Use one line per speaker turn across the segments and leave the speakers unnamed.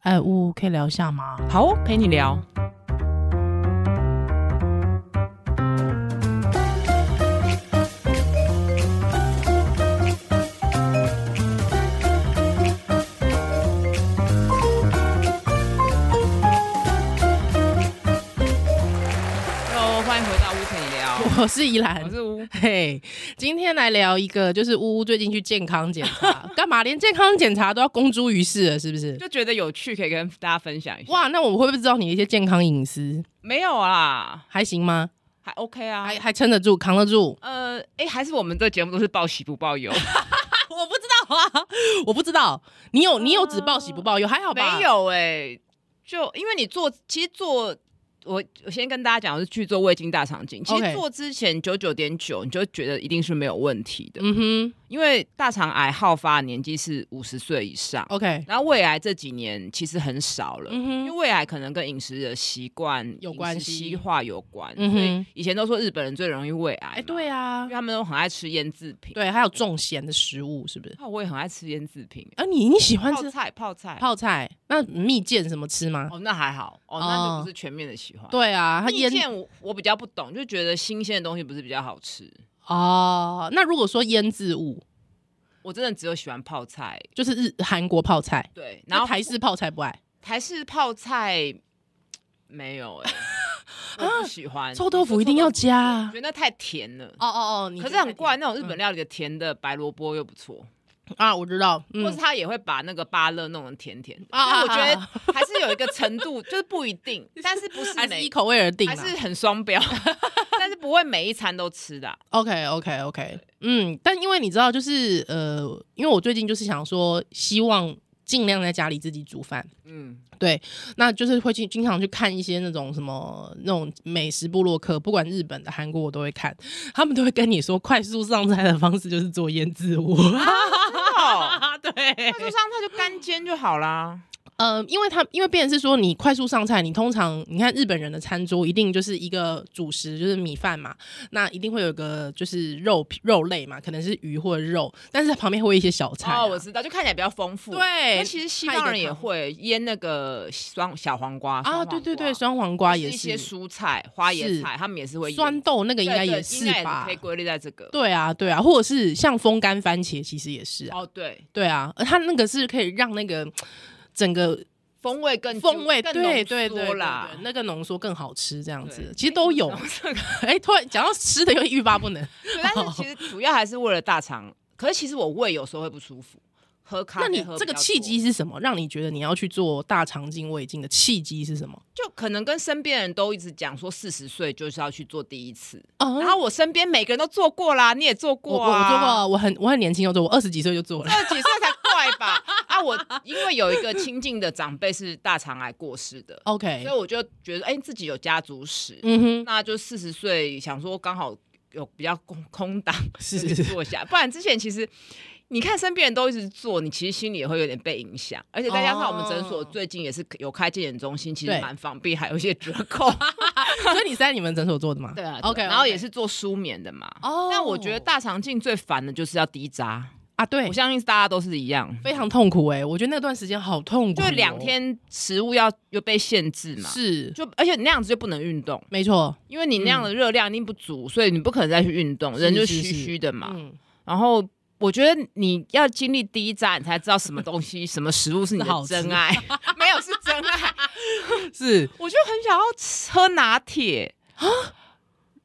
哎，呜，可以聊一下吗？
好哦，陪你聊。Hello，欢迎回到屋陪你 聊，
我是依兰
我，是屋。
嘿，今天来聊一个，就是呜呜最近去健康检查，干嘛连健康检查都要公诸于世了，是不是？
就觉得有趣，可以跟大家分享一下。
哇，那我会不会知道你的一些健康隐私？
没有啦，
还行吗？
还 OK 啊，
还还撑得住，扛得住？
呃，哎、还是我们这节目都是报喜不报忧，
我不知道啊，我不知道。你有你有只报喜不报忧，还好吧？
没，有哎、就因为你做，其实做。我我先跟大家讲，我是去做胃镜大肠镜。其
OK
实做之前九九点九，你就觉得一定是没有问题的，
嗯
因为大肠癌好发的年纪是五十岁以上，
哼，OK，
然后胃癌这几年其实很少了，因为
嗯哼，
胃癌可能跟饮食的习惯
有关
饮食
系
西化有关。
嗯哼
所以以前都说日本人最容易胃癌，
哎，对、
因
啊
为，他们都很爱吃腌制品。
对，还有重咸的食物，是不是？
啊，我也很爱吃腌制品，
啊，你你喜欢
泡
吃
菜泡菜
泡菜？那蜜饯什么吃吗？
哦，那还好哦，那就不是全面的喜欢。
对啊，它
意
腌
见我我比较不懂，就觉得新鲜的东西不是比较好吃。
哦，那如果说腌制物，
我真的只有喜欢泡菜，
就是日韩国泡菜，
对，然
然后
后
台式泡菜不爱，
台式泡菜没有 哎、我不喜欢
啊臭豆腐一定要加啊
我觉得那太甜了。
哦哦哦，你
可是很怪，那种日
嗯
本料理的甜的白萝卜又不错，
啊，我知道，
或
嗯
是，他也会把那个芭乐弄成甜甜的。所
啊
以我
啊
觉
啊
得还是有一个程度，就是不一 定，但是不是
还是
每
一口味而定啊
还
啦，
是很 双标，但是不会每一餐都吃的啊、
OK OK OK，嗯，但因为你知道，就是呃，因为我最近就是想说，希望尽量在家里自己煮饭，
嗯，
对，那就是会去经常去看一些那种什么那种美食部落客，不管日本的、韩国，我都会看，他们都会跟你说，快速上菜的方式就是做腌制物，
哦，
啊对
快速上菜就干煎就好啦。
呃，因为他因为变成是说，你快速上菜，你通常你看日本人的餐桌一定就是一个主食，就是米饭嘛，那一定会有一个就是肉肉类嘛，可能是鱼或者肉，但是它旁边会有一些小菜、啊
哦，我知道，就看起来比较丰富。
对
那其实西
派一个
方人也
汤
会腌那个双小黄瓜
啊，对对对，
酸
酸黄
黄
瓜
就
也
是一些
是，
蔬菜、花椰
是
菜，他们也是会腌
酸豆那个
对
应该
对
也
应该也
吧
可以。归类在这个。
对啊，对啊，或者是像风干番茄，其实也是啊，
哦，对，
对啊，呃它那个是可以让那个整个
风味更
风味，
更
对
浓
对对对
缩
对
啦，
那个浓缩更好吃，这样
对嗯
子其实都有。哎，突然讲到吃的又欲罢不 能，
对， 但是其实主要还是为了大肠。可是其实我胃有时候会不舒服，喝咖啡
那你
喝比
这个
较
契
多
机是什么？让你觉得你要去做大肠镜、胃镜的契机是什么？
就可能跟身边人都一直讲说四十岁就是要去做第一次，
啊
然后我身边每个人都做过啦，你也做
我
过
我我
啊，
做过，我很我很年轻就做，我二十几岁就做了。
二十几岁才怪吧？啊，我因为有一个亲近的长辈是大肠癌过世的，
OK，
所以我就觉得，哎、自己有家族史，
嗯哼，
那就四十岁，想说刚好有比较空空档，
是
就是
是，
做一下。不然之前其实你看身边人都一直做，你其实心里也会有点被影响。而且再加上我们诊所
哦
最近也是有开健检中心，其实
对
蛮方便，还有一些折扣。
所以你是在你们诊所做的吗？
对啊
OK，
然后也是做舒眠的嘛。
哦。
但我觉得大肠镜最烦的就是要低扎，
啊，对
我，相信大家都是一样。
非常痛苦哎，我觉得那段时间好痛苦哦，
就两天食物要又被限制嘛，
是
就而且你那样子就不能运动，
没错，
因为你那样的热量一定不足，所以你不可能再去运动，
嗯是
人就是虚
是
虚的嘛。
嗯，
然后我觉得你要经历第一站，你才知道什么东 西、什么食物是你
是好
的
吃
真爱， 没有是真 爱。
是
我就很想要喝拿铁啊，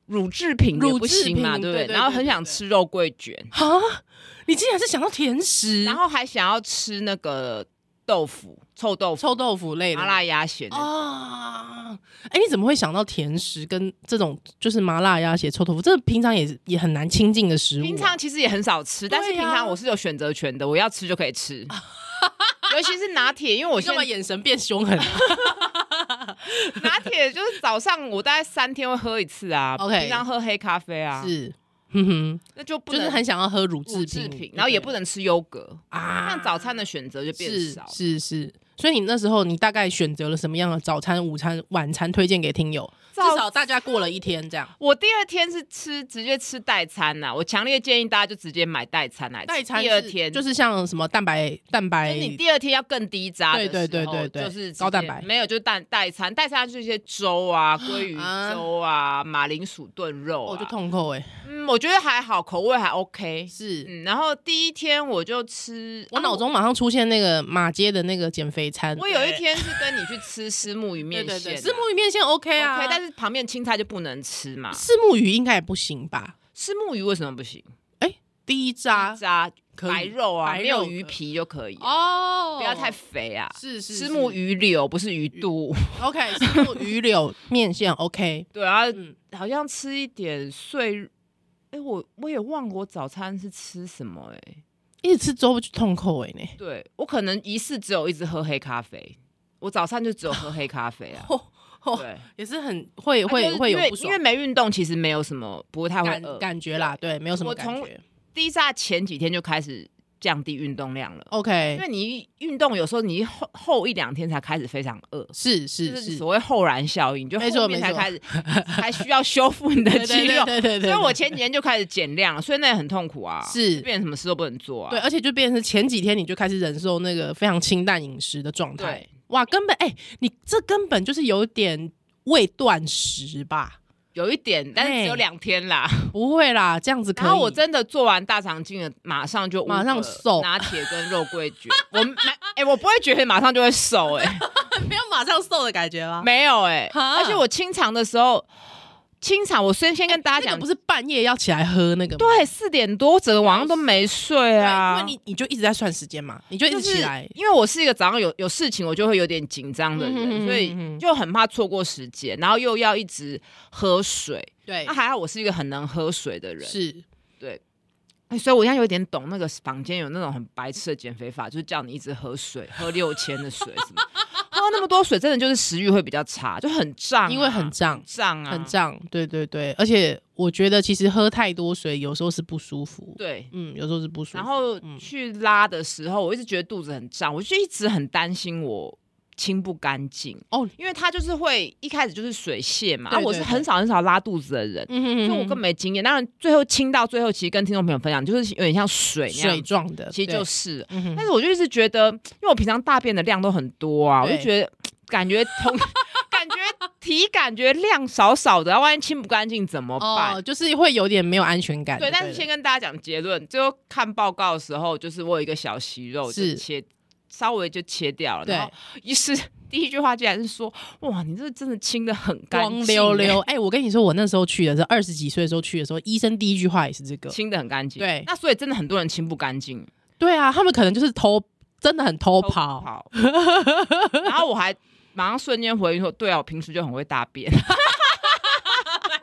乳制品也
乳
不
制
行嘛，
品
对不
对
对？
对
然后
对
很
对
想
对
吃肉桂卷，
啊，你竟然是想到甜食，
然后还想要吃那个豆腐、臭豆腐、
臭哦豆腐类的
麻辣鸭血那种。
啊，哎，你怎么会想到甜食跟这种就是麻辣鸭血、臭豆腐？这平常也是也很难亲近的食物啊、
平常其实也很少吃，但是
对
平
啊
常我是有选择权的，我要吃就可以吃。 尤其是拿铁，因为我
我
现
现
在
在眼神变凶狠
拿铁就是早上我大概三天会喝一次啊
OK
平常喝黑咖啡 啊，
是。哼哼，
那就不
就
能
是很想要喝乳制
乳
品，
制品
对，
然后也不能吃优格，
啊
那早餐的选择就变
是
少。
是是，所以你那时候你大概选择了什么样的早餐、午餐、晚餐推荐给听友？至
早
少大家过了一天这样。
我第二天是吃直接吃代餐呐、我强烈建议大家就直接买代餐来吃。
代餐
第二天。
就是是像什么蛋白蛋白
就是你第二天要更低渣的时候，
哎对对对对对
就是直接
高蛋白
没有就是代代餐，代餐就是一些粥 啊、鲑鱼
啊
粥啊、马铃薯炖肉
我
啊
就。痛扣哎、
嗯，我觉得还好，口味还 OK。
是、
嗯，然后第一天我就吃，
我
啊
脑中马上出现那个马街的那个减肥餐。
我有一天是跟你去吃虱目鱼
对
面
对
线
对，
啊，
石木鱼面线 OK 啊
OK，但
是
是旁边青菜就不能吃嘛。
石木鱼应该也不行吧？
虱目鱼为什么不行？
低渣
炸
可以
白肉啊，
白肉
没有
可
鱼皮就可以啊，
哦，
不要太肥啊。
是是
虱目
是
鱼柳不是鱼肚，
OK，石木鱼柳面线 OK，
对啊，
嗯，
好像吃一点碎。哎，我我也忘了我早餐是吃什么哎、
一直吃粥就痛扣哎呢。。
对我可能一次只有一直喝黑咖啡，我早餐就只有喝黑咖啡啊
吼吼
对，
也是很会
啊
会
就是
会有
因为
不
因
爽
为没运动，其实没有什么不太会
感
饿。
感觉啦，对，没有什么
我
感
从
觉。
低下前几天就开始降低运动量了。因
OK，
为你运动有时候你后后一两天才开始非常饿，
是
就是是
是，
所谓后燃效应，就
没错
后面才
没错
开 始还需要修复你的
对
肌肉。
对对对对，
所以我前几天就开始减量了，所以那也很痛苦啊，
是
变成什么事都不能做啊。
对，而且就变成是前几天你就开始忍受那个非常清淡饮食的状态
对，
哇，根本哎、你这根本就是有点未断食吧？
有一点，但是只有
哎
两天啦。
不会啦，这样子可以。
然后我真的做完大肠镜了，马上就
马上
Uber
瘦
拿铁跟肉桂卷。我没哎，我不会觉得马上就会瘦哎、
没有马上瘦的感觉啦。
没有哎、
哈
而且我清肠的时候，清肠我先先跟大
他
家
讲
讲
不，是半夜要起来喝那个吗？
对，啊四点多，我整个晚上都没睡
对
啊。
因为你你就一直在算时间嘛，你就一
就
直起
是
来。
因为我是一个早上有有事情，我就会有点紧张的人，
嗯哼嗯哼
所
嗯哼
以就很怕错过时间，然后又要一直喝水。
对
那、还好，我是一个很能喝水的人，
啊是
哎所以我现在有点懂那个房间有那种很白痴的减肥法，就是叫你一直喝水，喝六千的水什么，喝那么多水，真的就是食欲会比较差，就很胀啊、
因为很胀。
胀啊，
很。胀，对对对，而且我觉得其实喝太多水有时候是不舒服，，
对，
嗯，有时候是不舒服。
然后去拉的时候，我一直觉得肚子很胀，我就一直很担心我清不干净
哦
哦，因为它就是会一开始就是水泻嘛，
对
啊我是
对对
很少很少拉肚子的人，
嗯哼哼
所
哼，
以我根本没经验。当然最后清到最后，其实跟听众朋友分享，就是有点像水那
水
样，
状的，
其实
对
就是。
嗯哼
但是我就一直觉得，因为我平常大便的量都很多啊，我
对
就觉得感觉同 感觉体感觉量少少的，万一清不干净怎么办？
哦，就是会有点没有安全感。
对，但是
现
先跟大家讲结论，最后看报告的时候，就是我有一个小息肉就是切，稍微就切掉了。
对
然后医师第一句话竟然是说：“哇，你这真的清的很干净、欸
光溜溜，哎、我跟你说，我那时候去的时候，二十几岁的时候去的时候，医生第一句话也是这个
欸，。清的很干净。”
对
那所以真的很多人清不干净，
对啊，他们可能就是偷，真的很偷
偷
跑。
跑。 然后我还马上瞬间回应说：“对啊，我平时就很会大便。”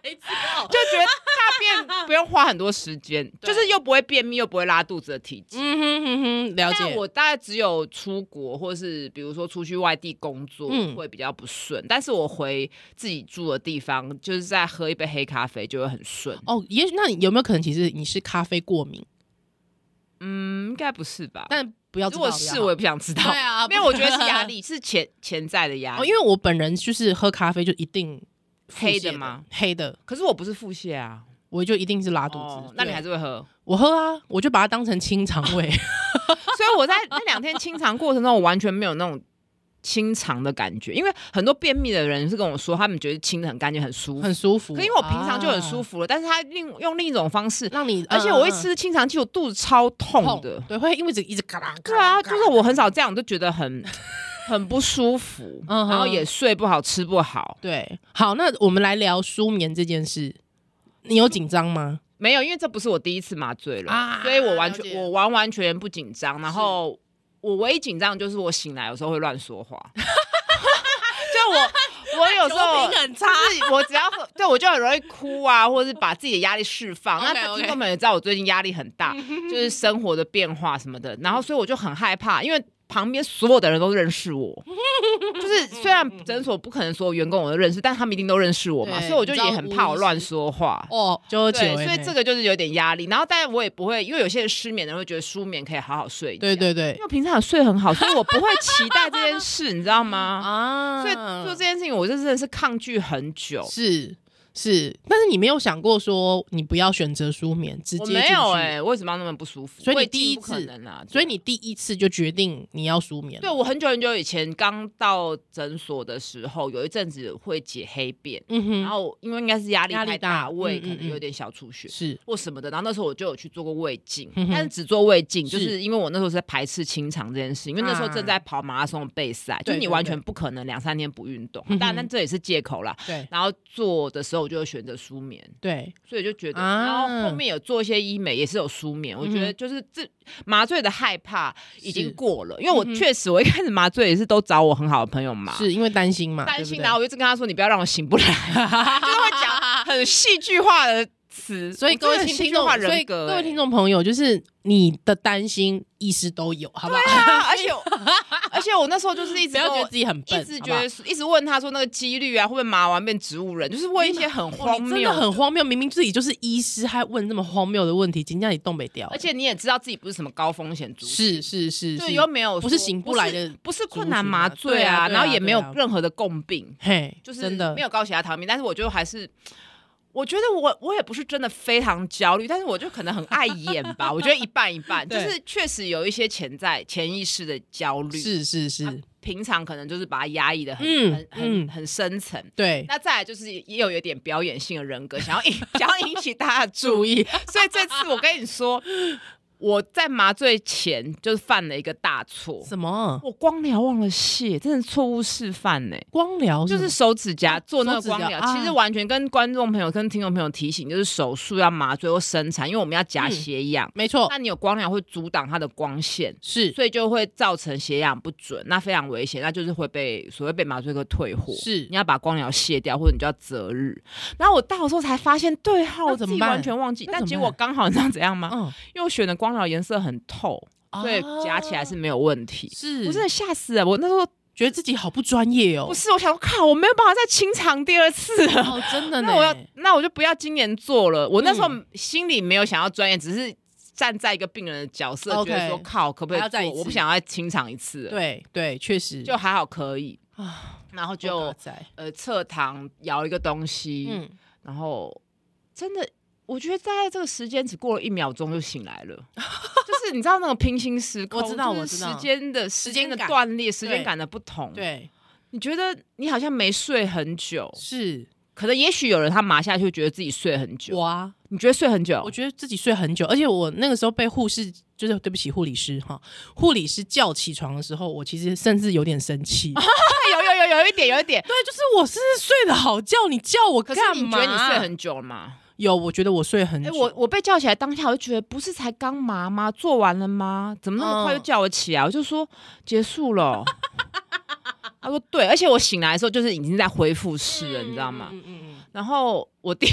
就觉得大便不用花很多时 间，
对
就是又不会便秘又不会拉肚子的体质。
嗯哼哼哼，了
但
解。
我大概只有出国，或是比如说出去外地工作，
嗯
会比较不顺。但是我回自己住的地方，就是再喝一杯黑咖啡，就会很顺。
哦，也许那你有没有可能，其实你是咖啡过敏？
嗯，应该不是吧？
但不要知
如
道
果
不要
是，
好
我也不想知道。
对啊，
因为我觉得是压 力，啊是潜潜在的压
哦，
力。
因为我本人就是喝咖啡就一定腹
黑
泻
的
的
吗？
黑的，
可是我不是腹泻啊，
我就一定是拉肚子。
哦，那你
对
还是会喝。
我喝啊，我就把它当成清肠 胃。
所以我在那两天清肠过程中，我完全没有那种清肠的感觉，因为很多便秘的人是跟我说，他们觉得清的很干净，很舒服。
很舒服。
可因为我平常就很舒
服，
服了，但是他另用另一种方式，
让你，
而且我一
嗯嗯
吃清肠剂，我肚子超嗯痛的。
对，会因为一直一直嘎啦。
对啊，
嘎
就
啦
是我很少这样，我就觉得很很不舒服，
嗯哼
然后也睡不好，吃不好。
对。好，那我们来聊舒眠这件事，你有紧张吗？
没有，因为这不是我第一次麻醉了，
啊
所以我
了
完全
解
我完完全全不紧张。然后我唯一紧张的就是我醒来有时候会乱说话， 就我我有时候
酒。品很差
就是我只要喝，对我就很容易哭啊，或者是把自己的压力释放。那
OK，OK
听众朋友也知道我最近压力很大，就是生活的变化什么的，然后所以我就很害怕，因为旁边所有的人都认 识我，就是虽然诊所不可能所有员工我都认识，但他们一定都认识我嘛，
对
所以我就
你
也
知道
很怕我乱说话。
哦，就
对，所以这
个
个就是有点压力。然后，但我也不会，因为有些人失眠的人会觉得舒眠可以好好睡一觉。
对对对
因为我平常有睡很好，所以我不会期待这件事，你知 道吗？
啊
所以做这件事情，我就真的是抗拒很久。
是是，但是你没有想过说你不要选择舒眠，直接
我
进
没有
去
哎、为什么要那么不舒服？
所以你
胃镜
第一
不可
次
能啊，
所以你第一次就决定你要舒眠了，
对我很久很久以前刚到诊所的时候，有一阵子会解黑便，
嗯哼，
然后因为应该是压力
压力
太
大
大，胃
嗯
可能
嗯嗯
有点小出血。
是
或什么的，然后那时候我就有去做过胃镜，
嗯哼
但是只做胃镜，
是
就是因为我那时候是在排斥清肠这件事，因为那时候正在跑马拉松的备赛，就
啊对
是你
对
完
对
全不可能两三天不运动
嗯哼，
但但这也是借口啦。
对
然后做的时候我就选择舒眠，
对
所以就觉得，
啊嗯
然后后面有做一些医美，也是有舒眠。我觉得就是这麻醉的害怕已经过了，因为我确实我一开始麻醉也是都找我很好的朋友麻，
嗯是因为担心嘛，
担
对
心，
不对
然后我一直跟他说你不要让我醒不来，就是会讲很戏剧化的词，
所以
我
各位
真的
听
很戏
听
剧
众，
化
所以
人格，欸
各位听
众。
众朋友，就是你的担心医师都有，好不好？
啊！而且我而且我那时候就是一直
不要
跟
觉
我
得自己很笨，
一直
好
觉
不好
得一直问他说那个几率啊，会不会麻完变植物人？就是问一些很荒
哦哇你真
谬
的很荒谬。明明自己就是医师，还问这么荒谬的问题，今天你东北掉了，
而且你也知道自己不是什么高风险族群，
是是是，
就是又没有
不是
说
醒不来的
不是
族
困难
群啊
麻
对
醉
啊
啊，
对
然后
啊
也
对
没有
啊
任何的共病，
嘿，
就是
真的
没有高血压糖尿病，但是我就还是。我觉得我我也不是真的非常焦虑，但是我就可能很碍眼吧。我觉得一半一 半，就
对
是确实有一些潜在潜意识的焦虑，啊
是是是，
平常可能就是把它压抑的很、
嗯
很很
嗯
很深层。
对，
那再来就是也有有点表演性的人格，想要引 想要引起大家的注
注
意。
意，
所以这次我跟你说，我在麻醉前就是犯了一个大错，
什么
我光疗忘了卸，真的错误示范呢、
光疗
就是
什么
手指甲做那个光
手
疗，
指甲啊
其实完全跟观众朋友、跟听众朋友提醒，就是手术要麻醉或生产，因为我们要夹
嗯
血氧。哦
没错，
那你有光疗会阻挡它的光线，
是
所以就会造成血氧不准，那非常危险，那就是会被所谓被麻醉科退货。
是
你要把光疗卸掉，或者你就要择日。然后我到的时候才发现，对哈，
那
我自
怎么
己
办
完全忘记。
那
但
怎么
结果
办
刚好你知道怎样吗？
嗯，
因为我选的光疗颜色很透，所以夹啊起来是
啊
没有问题。
是，
我真的吓死了！我那时候
觉得自己好不专业哦
不，是，我想说靠，我没有办法再清肠第二次了。
哦，真的呢嗯
那我要，那我就不要今年做了。我那时候心里没有想要专业，只是站在一个病人的角色，
OK
觉得说靠，可不可
还要
以
再一
做？
次
我不想要再清场一次了，
对对，确实
就还好可以。
啊，
然后
我
就
嘎仔
呃侧躺摇一个东西，
嗯，
然后真的，我觉得在这个时间只过了一秒钟就醒来 了，就是你知道那种平行时空，
我知道
就是
我知道
时间的时
间
间的
感
断裂，时间
对
感的不同。，
嗯对，
你觉得你好像没睡很久，
是
可能也许有人他麻下去觉得自己睡很久，
我啊，
你觉得睡很久？
我觉得自己睡很久，而且我那个时候被护士，就是对不起护理师哈，护理师叫起床的时候，我其实甚至有点生气。对，
哎有有有有一点有一点。
啊就是我是睡得好觉，你叫我
可
干
是
嘛？
你觉得你睡很久了吗？
有？我觉得我睡很
哎、
久。
我我被叫起来当下，我就觉得不是才刚麻吗？做完了吗？怎么那么快就
嗯
叫我起来？我就说结束 了。他说对，而且我醒来的时候就是已经在恢复室了，你知道吗？
嗯嗯嗯，
然后我第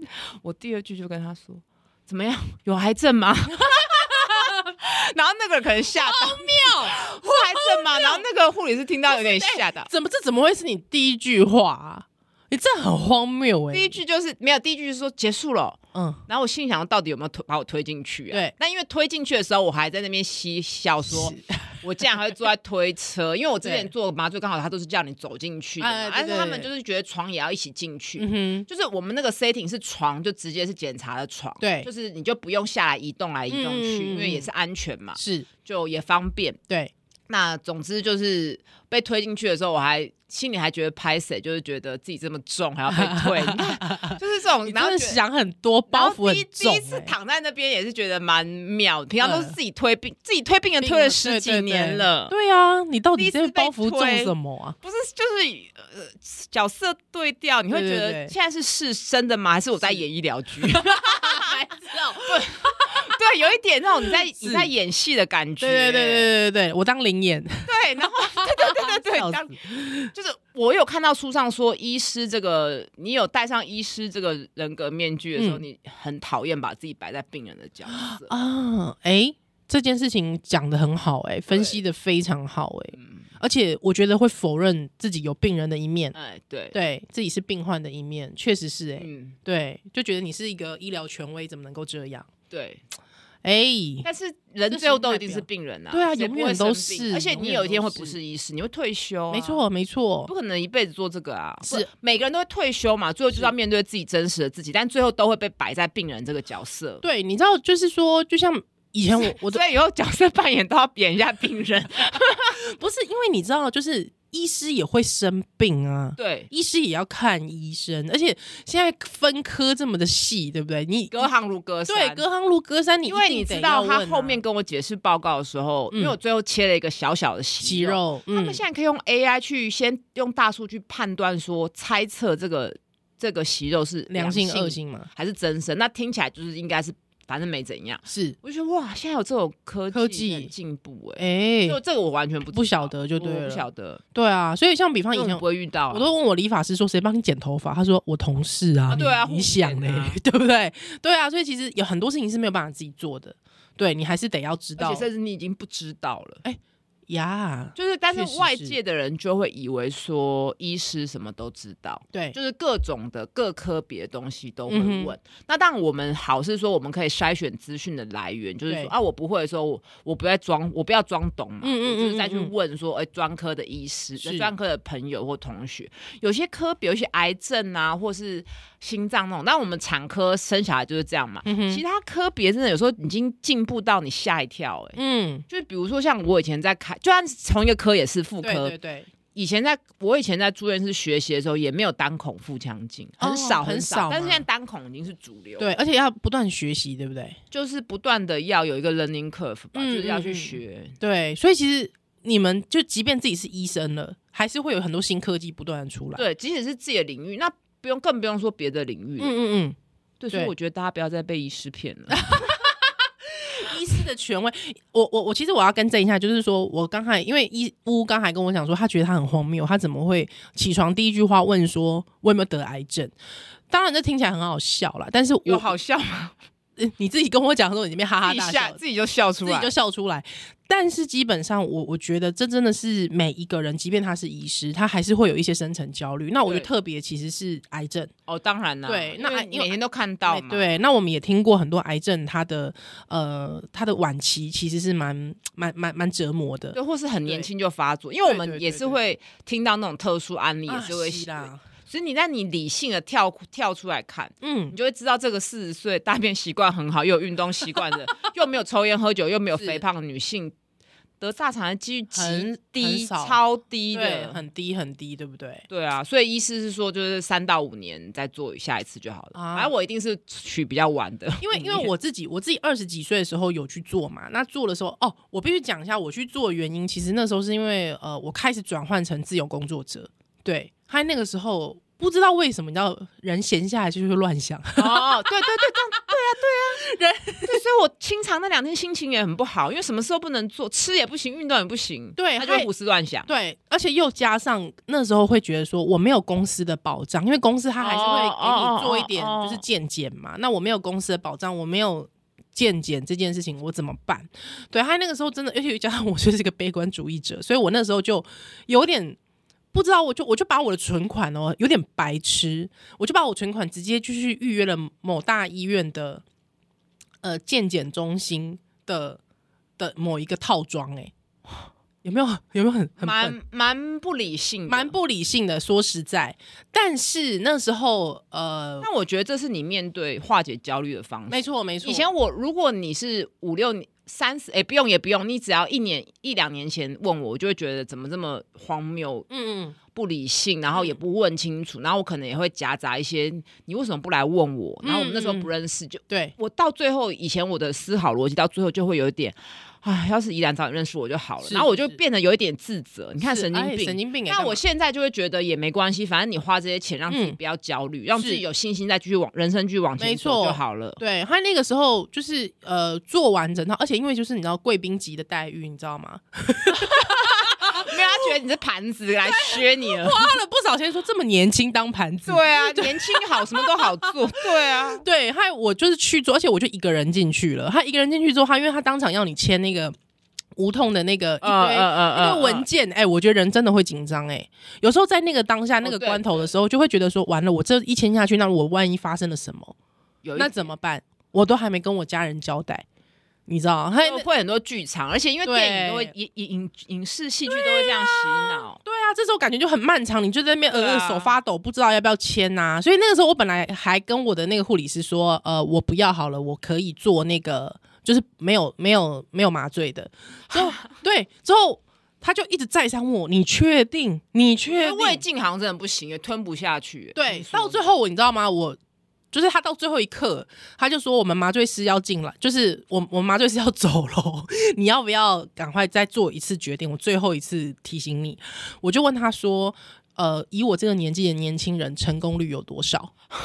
我第二句就跟他说怎么样，有癌症吗？ 然后那个人可能吓到，
妙！欸
有癌症吗？然后那个护理师听到有点吓到。
怎么这怎么会是你第一句话、啊？你这很荒谬哎、
第一句就是没有，第一句就是说结束了。
嗯，
然后我心里想，到底有没有推把我推进去啊？
对
那因为推进去的时候，我还在那边嬉笑说，我竟然还会坐在推车，因为我之前
对
做麻醉刚好他都是叫你走进去的嘛，
哎对
但是
对
他们
对
就是觉得床也要一起进去。
嗯哼，
就是我们那个 setting 是床，就直接是检查的床，
对
就是你就不用下来移动来移动去，
嗯
因为也是安全嘛，
是
就也方便。
对，
那总之就是被推进去的时候，我还心里还觉得拍谁，就是觉得自己这么重还要被 推，你看就是这种，
你
然
真
后
的
觉得
想很多，包袱
然后第一
很重、
第一次
哎
躺在那边也是觉得蛮妙的，平常都是
嗯
自己推病，自己推病人推了十几年了，
对啊，你到底
第一次
这包
被
袱重
推
什么啊？
不是就是呃角色对调，你会
对
觉
对
得
对
现在是是真的吗？还是我在
是
演医 疗剧？ 对，有一点那种你在你在演戏的感觉，
对对对对对对，我当灵眼，
对，然后 对对对对
笑死
对，当就是我有看到书上说，医师这个你有戴上医师这个人格面具的时
嗯
候，
哦
你很讨厌把自己摆在病人的角色。
啊！哎，这件事情讲的很好、哎，分析的非常好、哎，而且我觉得会否认自己有病人的一面，
哎，对，
对自己是病患的一面，确实是、哎、
嗯，
对，就觉得你是一个医疗权威，怎么能够这样？
对。
哎、
但是人
这
最后
是代
都一定
表
是病人啊，
对啊
谁
永
不会
远都
生
是
病而且
永
你
远
有一天
都
会不
是
是医师，你会退休、啊，
没。错，没错
不，可能一辈子做这个啊！不
是
每个人都会退休嘛，最后就是是要面对自己真实的自己，但最后都会被摆在病人这个角色。
对，你知道，就是说，就像以前我我的
所以以后角色扮演都要扁一下病人。
不是因为你知道，就是医师也会生病啊，
对，
医师也要看医生，而且现在分科这么的细，对不对？你
隔行如隔山。
对隔行如隔山，你
因为
一定
你
得
知道
要
他
问啊
后面跟我解释报告的时候，因为
嗯
我最后切了一个小小的息
肌肉，
他
嗯
们现在可以用 AI 去先用大数据判断说猜测这个这个息肉是
良性
性、
恶性嘛，
还是增生，那听起来就是应该是反正没怎样。
是
我就觉得哇，现在有这种科技
科技
很进步哎、
哎、
就这个我完全不
不
知道
晓得就对
我
了，
不晓得，
对啊，所以像比方以
因为
前
我不。会遇到、啊，
我都问我理发师说谁帮你剪头发，他说我同事啊，
啊对啊
你
互
你想嘞、
剪啊
对不对？对啊，所以其实有很多事情是没有办法自己做的，对你还是得要知
而
道
且甚至你已经不知道了。
呀
就是，但
确实
是
是
外界的人就会以为说医师什么都知道，
对，
就是各种的各科别的东西都会
嗯
问。
哼
那当然，我们好是说我们可以筛选资讯的来源，就是
对
说啊，我不会的时候，我我不要装，我不要装懂嘛，
嗯嗯
我就是
嗯
再
嗯
去
嗯
问说，哎、专科的医师、呃
是
专科的朋友或同学，有些科别，有一些癌症啊，或是心脏那种，那我们产科生小孩就是这样嘛。
嗯哼，
其他科别真的有时候已经进步到你吓一跳、哎、
嗯，
就比如说像我以前在开，就算是同一个科也是妇
对
科，
对对，
以前在我以前在住院室学习的时候，也没有单孔腹腔镜，
哦
很少
很
少，
少嘛
但是现在单孔已经是主流，，
对，而且要不断学习，对不对？
就是不断的要有一个 learning curve 吧，
嗯
就是要去
嗯
学。
对，所以其实你们就即便自己是医生了，还是会有很多新科技不断的出来。，
对，即使是自己的领域，那不用更不用说别的领域了。
嗯嗯
对，所以
对
我觉得大家不要再被医师骗 了。
嗯，医师的权威，我我我其实我要更正一下，就是说我刚才因为医乌刚才跟我讲说，他觉得他很荒谬，他怎么会起床第一句话问说我有没有得癌症？当然这听起来很好笑啦，但是
有
我
好笑吗？
呃 你自己跟我讲的时候，你那边哈哈
自己
大
吓
笑，
自己就笑出
自己
来
就。笑出来。但是基本上我，我觉得这真的是每一个人，即便他是医师，他还是会有一些深层焦虑。那我觉得
对
特别其实是癌症，
哦，当然啦，
对那
因为
因为哎
每天都看到嘛。
对。那我们也听过很多癌症，它的呃它的晚期其实是蛮蛮蛮蛮折磨的。
对，或是很年
对
轻就发作，因为我
对对
们
对
也是
对
会听到那种特殊案例，也
啊
是会
是啦，
所以你在你理性的跳跳出来看，
嗯
你，就会知道这个四十岁大便习惯很好，又有运动习惯的，又没有抽烟喝酒，又没有肥胖的女性，得大肠癌几率极
很很
低，
少
超低
对，
的。
很低很低，对不对？
对啊，所以医师是说，就是三到五年再做下一次就好了。
啊
反正我一定是取比较晚的，
因为因为
五年
我自己我自己二十几岁的时候有去做嘛，那做的时候哦，我必须讲一下我去做的原因。其实那时候是因为呃，我开始转换成自由工作者，对，还那个时候不知道为什么，你知道人闲下来就是会乱想，
哦，对对对，这样对啊对啊，人 对，所以我清肠那两天心情也很不好，因为什么事都不能做，吃也不行，运动也不行，
对
他就会
还
胡思乱想。
对，而且又加上那时候会觉得说我没有公司的保障，因为公司它还是会给你做一点
哦哦哦哦
就是健检嘛。那我没有公司的保障，我没有健检这件事情，我怎么办？对，还有那个时候真的，而且加上我就是个悲观主义者，所以我那时候就有点。不知道，我就我就把我的存款哦，有点白痴，我就把我存款直接就去预约了某大医院的呃健检中心的的某一个套装，哎，有没有有没有很很笨
蛮蛮不理性的，
蛮不理性的，说实在，但是那时候呃，
那我觉得这是你面对化解焦虑的方式。
没错没错，
以前我如果你是五六年、三十，哎，不用也不用，你只要一年一两年前问我，我就会觉得怎么这么荒谬、
嗯嗯
不理性，然后
嗯
也不问清楚，然后我可能也会夹杂一些你为什么不来问我？然后我们那时候不认识，就
对
我到最后，以前我的思考逻辑到最后就会有一点，啊，要是依然早点认识我就好了，
是
然后我就是变得有一点自责。你看
是
神经
哎
病，
神经病哎，
那
干嘛
我现在就会觉得也没关系，反正你花这些钱让自己
嗯
不要焦虑，让自
是
己有信心再继续往人生继续往前
没
走
错
就好了。
对他那个时候就是呃做完整套，而且因为就是你知道贵宾级的待遇，你知道吗？
没有，他觉得你是盘子来削你了。
花了不少钱，说这么年轻当盘子。
对啊，年轻好，什么都好 做。对啊，
对，还有我就是去做，而且我就一个人进去了。他一个人进去之后，他因为他当场要你签那个无痛的那个一堆、
嗯呃
那个文件，哎、我觉得人真的会紧张哎。有时候在那个当下、那个
对
关头的时候，就会觉得说，完了，我这一签下去，那我万一发生了什么，
有
那怎么办？我都还没跟我家人交代，你知道？他
么会很多剧场，而且因为电影都会影影影影视戏剧都会这样洗脑。
对啊，这时候感觉就很漫长，你就在那边呃
对
呃
啊
手发抖，不知道要不要签呐、所以那个时候我本来还跟我的那个护理师说，呃，我不要好了，我可以做那个就是没有没有没有麻醉的。之后对，之后他就一直再三问我，你确定？你确
因为胃
定？
镜好像真的不行，也吞不下去。
对，
说
到最后我你知道吗？我。就是他到最后一刻，他就说我们麻醉师要进来，就是我我们麻醉师要走了， 你要不要赶快再做一次决定？我最后一次提醒你，我就问他说：“呃，以我这个年纪的年轻人，成功率有多少？”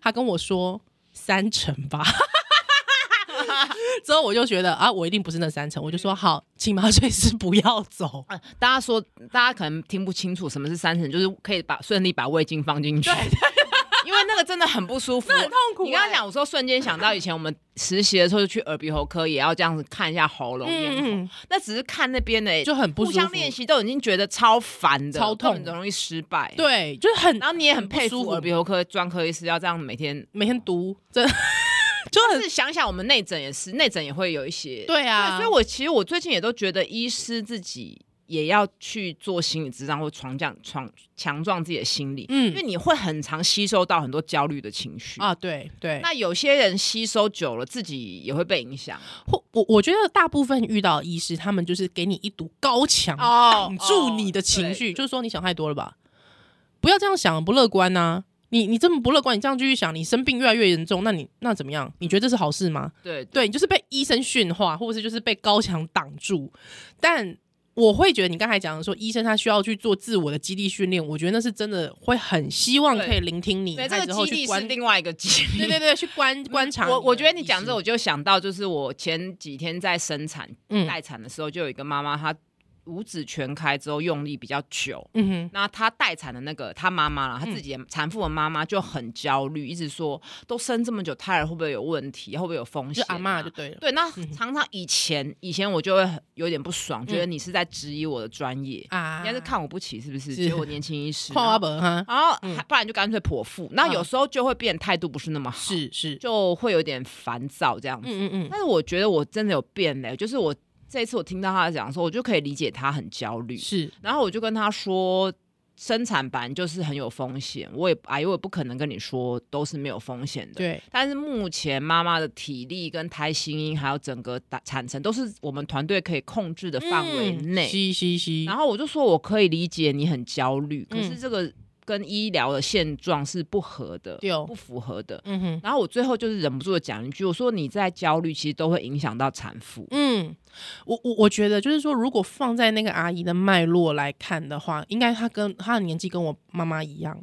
他跟我说三成吧。 之后我就觉得啊，我一定不是那三成，我就说好，请麻醉师不要走。
啊大家说，大家可能听不清楚什么是三层，就是可以把顺利把胃镜放进去。 因为那个真的很不哎舒服，
很痛苦
你刚
欸
刚讲，我说瞬间想到以前我们实习的时候，就去耳鼻喉科也要这样子看一下喉咙、咽喉
嗯嗯，
那只是看那边的，
就很不舒
互
服
相练习都已经觉得超烦的，
超痛
都很容易失败。，
对，就是很
然后你也很佩
很不舒服
服耳鼻喉科专科医师要这样每 天。
每天读，真 的就
但
很
是想想我们内诊也是，内诊也会有一些
对啊。
所以我其实我最近也都觉得医师自己也要去做心理治疗或强壮强强壮自己的心理，因为
嗯
你会很常吸收到很多焦虑的情绪。
啊，对对，
那有些人吸收久了，自己也会被影响。
或我我觉得大部分遇到的医师，他们就是给你一堵高墙，
哦
挡住你的情绪，就是说你想太多了吧？不要这样想，不乐观呐、你你这么不乐观，你这样继续想，你生病越来越严重，那你那怎么样？你觉得这是好事吗？
对
对，你就是被医生训话，或者是就是被高墙挡住。但我会觉得你刚才讲的说，医生他需要去做自我的基地训练，我觉得那是真的会很希望
对
可以聆听你，
对，
还
这
之
个
后
激
去
励是
观，对
另外一个激励。
对对，去观观察的意识。
嗯我我觉得你讲这，我就想到，就是我前几天在生产
嗯
待产的时候，就有一个妈妈，她五指全开之后用力比较久，
嗯哼。
那她待产的那个她妈妈啦，她自
嗯
己的产妇的妈妈就很焦虑，一直说都生这么久，胎儿会不会有问题，会不会有风
就
险、啊
阿嬷就嗯对了。
对，那常常以前以前我就会很有点不爽，觉得你是在质疑我的专业，
嗯啊
人家是看我不起是不是？
是
觉得我年轻医 师，
跨阿
然后
伯哈，
然后
嗯
还不然就干脆剖腹。那有时候就会变得态度不是那么好，
是是，
就会有点烦躁这样子。
嗯嗯嗯，
但是我觉得我真的有变嘞、就是我这一次我听到他讲说，我就可以理解他很焦虑，
是
然后我就跟他说。生产版就是很有风险，我也哎，我也不可能跟你说都是没有风险的。
对，
但是目前妈妈的体力跟胎心音，还有整个打产程，都是我们团队可以控制的范围内。
嘻嘻嘻，
然后我就说，我可以理解你很焦虑，可
嗯
是这个跟医疗的现状是不合的，
对哦
不符合的。
嗯哼，
然后我最后就是忍不住的讲一句，我说你在焦虑，其实都会影响到产妇。
嗯，我我我觉得就是说，如果放在那个阿姨的脉络来看的话，应该她跟她的年纪跟我妈妈一样，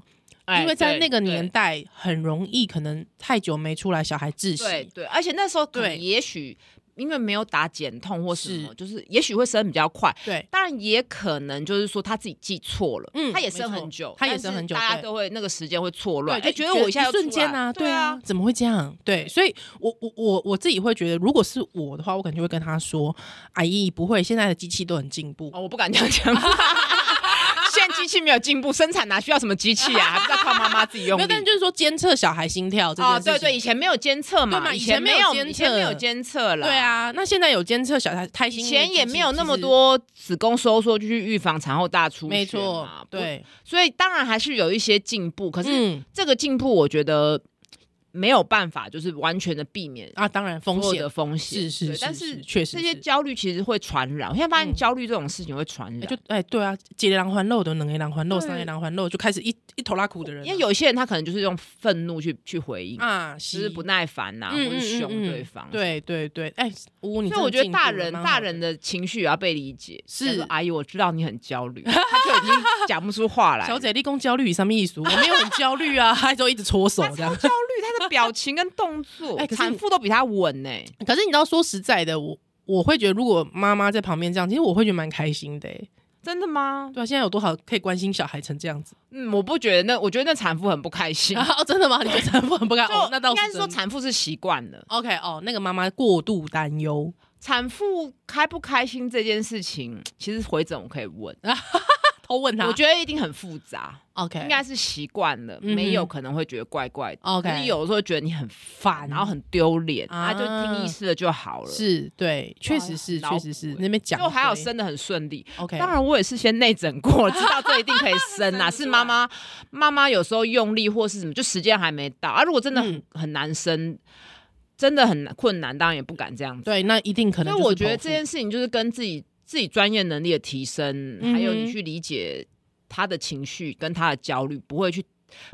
哎
因为在那个年
代，
代很容易可能太久没出来，小孩窒
对
息，
对，而且那时候可能
对
也许因为没有打减痛或什么，
是
就是也许会生比较快，
对
当然也可能就是说他自己记错了，
嗯
他也生
没错
很久，
他也
但是
生很久
大家
对
都会那个时间会错乱，
就
哎，觉得我一
一
下要
瞬间
啊，
啊，
对
啊，，怎么会这样？对，所以我我我我自己会觉得，如果是我的话，我可能就会跟她说，阿姨不会，现在的机器都很进步，
哦，我不敢这样讲。 现在机器没有进步，生产哪需要什么机器啊？还不要靠妈妈自己用
没
力
有，。但就是说监测小孩心跳这件
哦，
事情。
对对，以前没有监测
对嘛
嘛，
以前
前
没有
有，
监测
以前没有监测了，
对。啊，那现在有监测小胎胎心，
以前也没有那么，多子宫收缩，就去预防产后大出血嘛
没错，
不
对，
所以当然还是有一些进步，可是
嗯
这个进步我觉得没有办法，就是完全的避免
啊，当然风
所有
险
的风险
是是
对
是，
但
是
是
确实
这些
是
焦虑其实会传染。我现在发现
嗯
焦虑这种事情会传染，
哎就哎对啊，接狼还肉的，能狼还肉，
对
上狼还肉，就开始一一头拉苦的人啊，
因为有些人他可能就是用愤怒去去回应，
啊，
就是
是
不耐烦呐，
嗯
或者
嗯
凶
嗯嗯
对方。，
对对对，哎，呜，你
所以我
真的
觉
进
得
步了
大人
蛮好
大人的情绪也要被理解。
是
就是说阿姨，我知道你很焦虑，他就已经讲不出话来了。
小姐立功焦虑什么意思？我没有很焦虑啊， 还就一直搓手
她
这
超
样。
焦虑，她的表情跟动作，
哎可是你
产妇都比她稳呢。
可是你知道，说实在的，我我会觉得，如果妈妈在旁边这样，其实我会觉得蛮开心的、欸
真的吗？
对啊，现在有多少可以关心小孩成这样子？
嗯，我不觉得那，我觉得那产妇很不开心。
啊，哦真的吗？你觉得产妇很不敢？哦，那
就
倒
应该
是
是说
真的。
产妇是习惯了，
OK，哦，那个妈妈过度担忧，
产妇开不开心这件事情，其实回诊我可以问，
偷问他。
我觉得一定很复杂，
OK，
应该是习惯了，
嗯哼
没有可能会觉得怪怪的。
OK
可是有时候觉得你很烦，然后很丢脸，
啊
啊，就听医师的就好了。
是对，确实是，
哇很
确实是
恼火
那边讲
就还好
对
生的很顺利，
OK，
当然，我也是先内诊过，知道这一定可以 生
生
啦。
得
是
出来
妈妈，妈妈有时候用力或是什么，就时间还没到啊。如果真的很、
嗯
很难生，真的很困难，当然也不敢这样子。
对，那一定可能
所以
就是
我觉得
剖腹
这件事情就是跟自己自己专业能力的提升，
嗯哼
还有你去理解他的情绪跟他的焦虑，不会去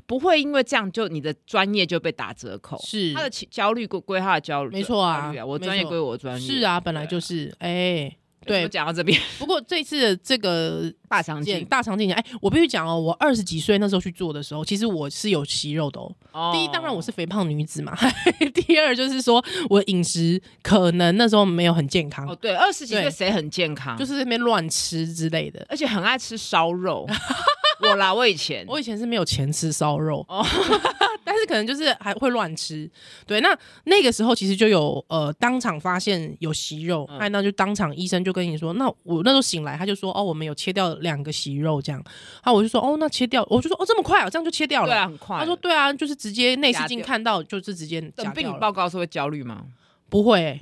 不会因为这样就你的专业就被打折扣。
是
他的情焦虑归归他的焦虑，
没错啊
焦虑我
没
专业
错
归我专业。
是啊，本来
对
就是哎，
为什
对。
么讲到这边
不过这次的这个
大肠
件
镜，
大肠镜，哎，我必须讲哦，我二十几岁那时候去做的时候，其实我是有息肉的哦。第一，当然我
是。
是肥胖女子嘛；第二，就是说我饮食可能那时候没有很健康，
哦，对，二十几岁
对
谁很健康？
就是在那边乱吃之类的。
而且很爱吃烧 肉。我啦，我以前
我以前是没有钱吃烧肉，
哦
但是可能就是还会乱吃。对，那那个时候其实就有呃当场发现有息肉，
嗯
哎、那就当场医生就跟你说，那我那时候醒来，他就说哦，我们有切掉两个息肉这样。啊，我就说哦，那切掉，我就说哦这么快啊，这样就切掉
对
了。
啊，很快。
他说对啊，就是直接内视镜
夹掉
看到就是直接夹
等病
掉
理
了
报告是会焦虑吗？
不会欸、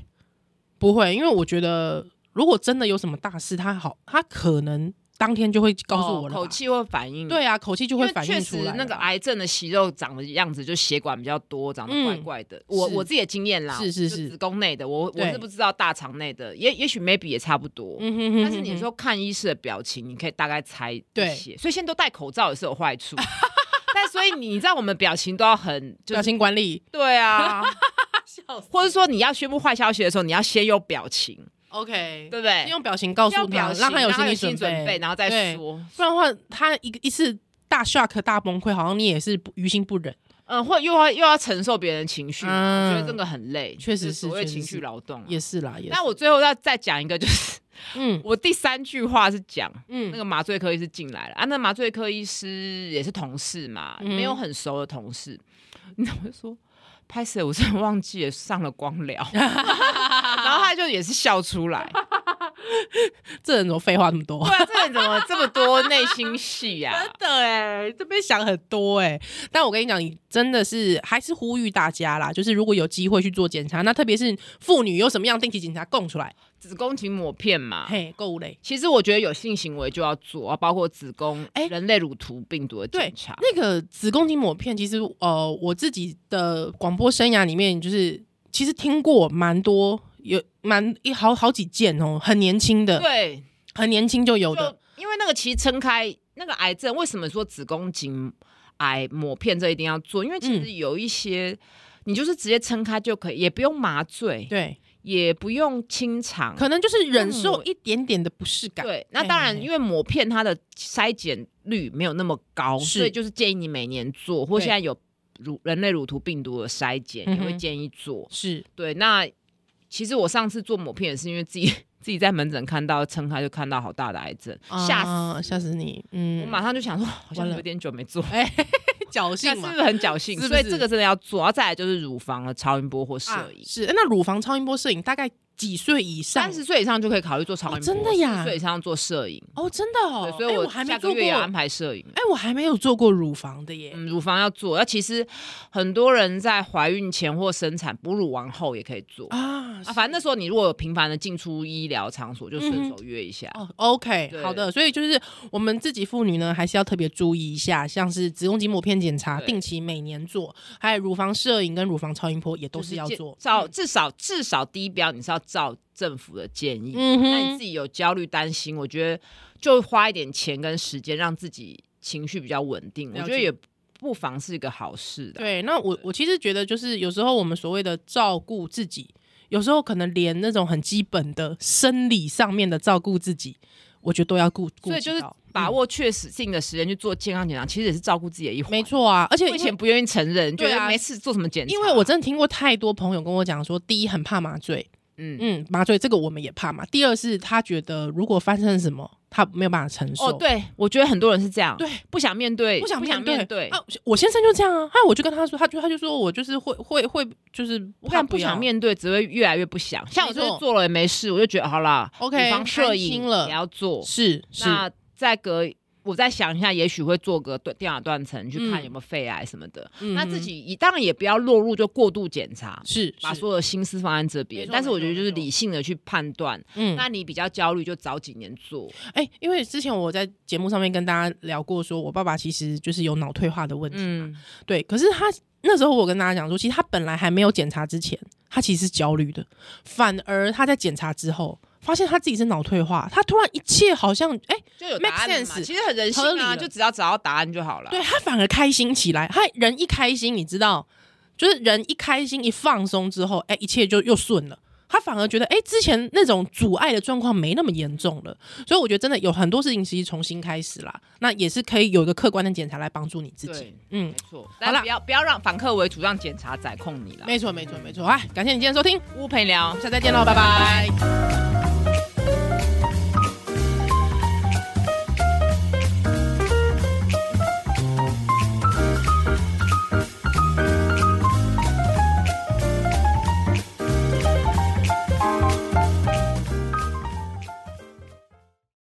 不会，因为我觉得如果真的有什么大事，他好，他可能当天就会告诉我
哦
了吧、
口气会反应，，
对啊，口气就
因
会
为
反
确
映
实
出来了。
那个癌症的息肉长的样子，就血管比较多，长得
嗯
怪怪的。我
是
我自己的经验啦，
嗯是是
就是子宫内的，我我
对
是不知道大肠内的，也也许 maybe 也差不多。
嗯哼哼
但是你
哼
说看医师的表情，你可以大概猜一
对
些，所以现在都戴口罩也是有坏处。 但所以你知道我们表情都要很，就
表
是
情管理，
对啊，
笑死。
或者说你要宣布坏消息的时候，你要先有表情，
OK，
对不对
先？用表情告诉
要
他，
表情，
让他有
心
理
准
备，
然后再
对
说。
不然的话，他一个一次大 shock 大崩溃，好像你也是不于心不忍。
嗯，或又要又要承受别人的情绪，
嗯
我觉得这个很累，
确实
就是所谓
确实
情
是
绪劳动啊、
也是啦，也是。
那我最后要再讲一个，就是
嗯
我第三句话是讲。那
嗯
个麻醉科医师进来了啊，那麻醉科医师也是同事嘛，
嗯
没有很熟的同事， 你怎么说？拍谁？我真的忘记了上了光疗， 然后他就也是笑出来。
这人怎么废话那么多？
对啊，这人怎么这么多内心戏呀、啊？
的哎，这边想很多哎、但我跟你讲，你真的是还是呼吁大家啦，就是如果有机会去做检查，那特别是妇女有什么样定期检查供出来，
子宫颈抹片嘛。
嘿，购物类。
其实我觉得有性行为就要做啊，包括子宫、
哎
人类乳头病毒的
对
检查。
那个子宫颈抹片，其实呃，我自己的广播生涯里面，就是其实听过蛮多，有蛮一好好几件哦，很年轻的，
对，
很年轻就有的
就，因为那个其实撑开那个癌症，为什么说子宫颈癌抹片这一定要做？因为其实有一些、你就是直接撑开就可以，也不用麻醉，
对，
也不用清肠。
可能就是忍受一点点的不适感，
对，那当
嘿
然，
嘿
因为抹片它的筛检率没有那么高，
是
所以就是建议你每年做，或
对
现在有乳人类乳头病毒的筛检
嗯
也
哼
会建议做。
是
对，那其实我上次做抹片也是因为自己自己在门诊看到撑开就看到好大的癌症，吓、
啊吓死你，
死！
嗯，
我马上就想说，好像
完了
有点久没做。
哎 侥
那
幸
是
嘛
不。是很侥幸？
是不
所以
是
这个真的要做，然后再来就是乳房的超音波或摄
啊
影，
是那乳房超音波摄影大概几岁以上？
三十岁以上就可以考虑做超音波，
哦真的呀
40岁以上做摄影。
哦，真的哦
对，，所以
哎
我
还没
下个
做过，
月也要安
哎，
排摄影。
我还没有做过乳房的耶。
嗯，乳房要做。那其实很多人在怀孕前或生产、哺乳完后也可以做啊
啊，
反正那时候你如果有频繁的进出医疗场所，就顺手约一下。
嗯哦，OK，
对
好的，所以就是我们自己妇女呢，还是要特别注意一下，像是子宫颈抹片检查，
对
定期每年做，还有乳房摄影跟乳房超音波也都
就是
要
建
做。嗯
照至少至少第一标你是要照政府的建议。
嗯
那你
哼，
自己有焦虑担心，我觉得就花一点钱跟时间让自己情绪比较稳定，我
了解
觉得也不妨是一个好事的。
对，那我我其实觉得就是有时候我们所谓的照顾自己，有时候可能连那种很基本的生理上面的照顾自己，我觉得都要顾顾及
所
到，
以就是把
嗯
握确实性的时间去做健康检查，其实也是照顾自己的一环。
没，错啊，而且
我以
因为
前不愿意承认，觉
对啊
得没事做什么检查，
因为我真的听过太多朋友跟我讲说，第一很怕麻醉，
嗯
嗯，麻醉这个我们也怕嘛。第二是他觉得如果发生什么，他没有办法承受。
哦，对，我觉得很多人是这样，
对，
不想面对，
不想
不想
面
面对，
啊！我先生就这样啊，哎，我就跟他说，他就他就说我就是会会会就是
我看
不
不
要
想面对，只会越来越不想。像我
没
就
错
是做了也没事，我就觉得好啦
OK，
比方摄
安
影
心了
也要做，
是是
那再隔我再想一下，也许会做个断电脑断层去
嗯
看有没有肺癌什么的。
嗯
那
哼
自己也当然也不要落入就过度检查，
是
把
是
所有心思放在这边
没。错
但是我觉得
没错
就是
没错
理性的去判断。
嗯
那你比较焦虑，就早几年做。
哎、因为之前我在节目上面跟大家聊过说我爸爸其实就是有脑退化的问题，
嗯，
对。可是他那时候我跟大家讲说，其实他本来还没有检查之前，他其实是焦虑的，反而他在检查之后，发现他自己是脑退化，他突然一切好像哎、
就有
make
答案了嘛
sense，
其实很人性
合理
啊，
了
就只要找到答案就好了。
对他反而开心起来。他人一开心，你知道，就是人一开心一放松之后，哎、一切就又顺了。他反而觉得，哎、之前那种阻碍的状况没那么严重了。所以我觉得真的有很多事情其实重新开始啦，那也是可以有一个客观的检查来帮助你自己。
对，没
嗯，
错。
好
但
啦
不要不要让反客为主，让检查宰控你了。
没错，没错，没错。哎，感谢你今天的收听，
屋陪聊
下。次再见喽，拜拜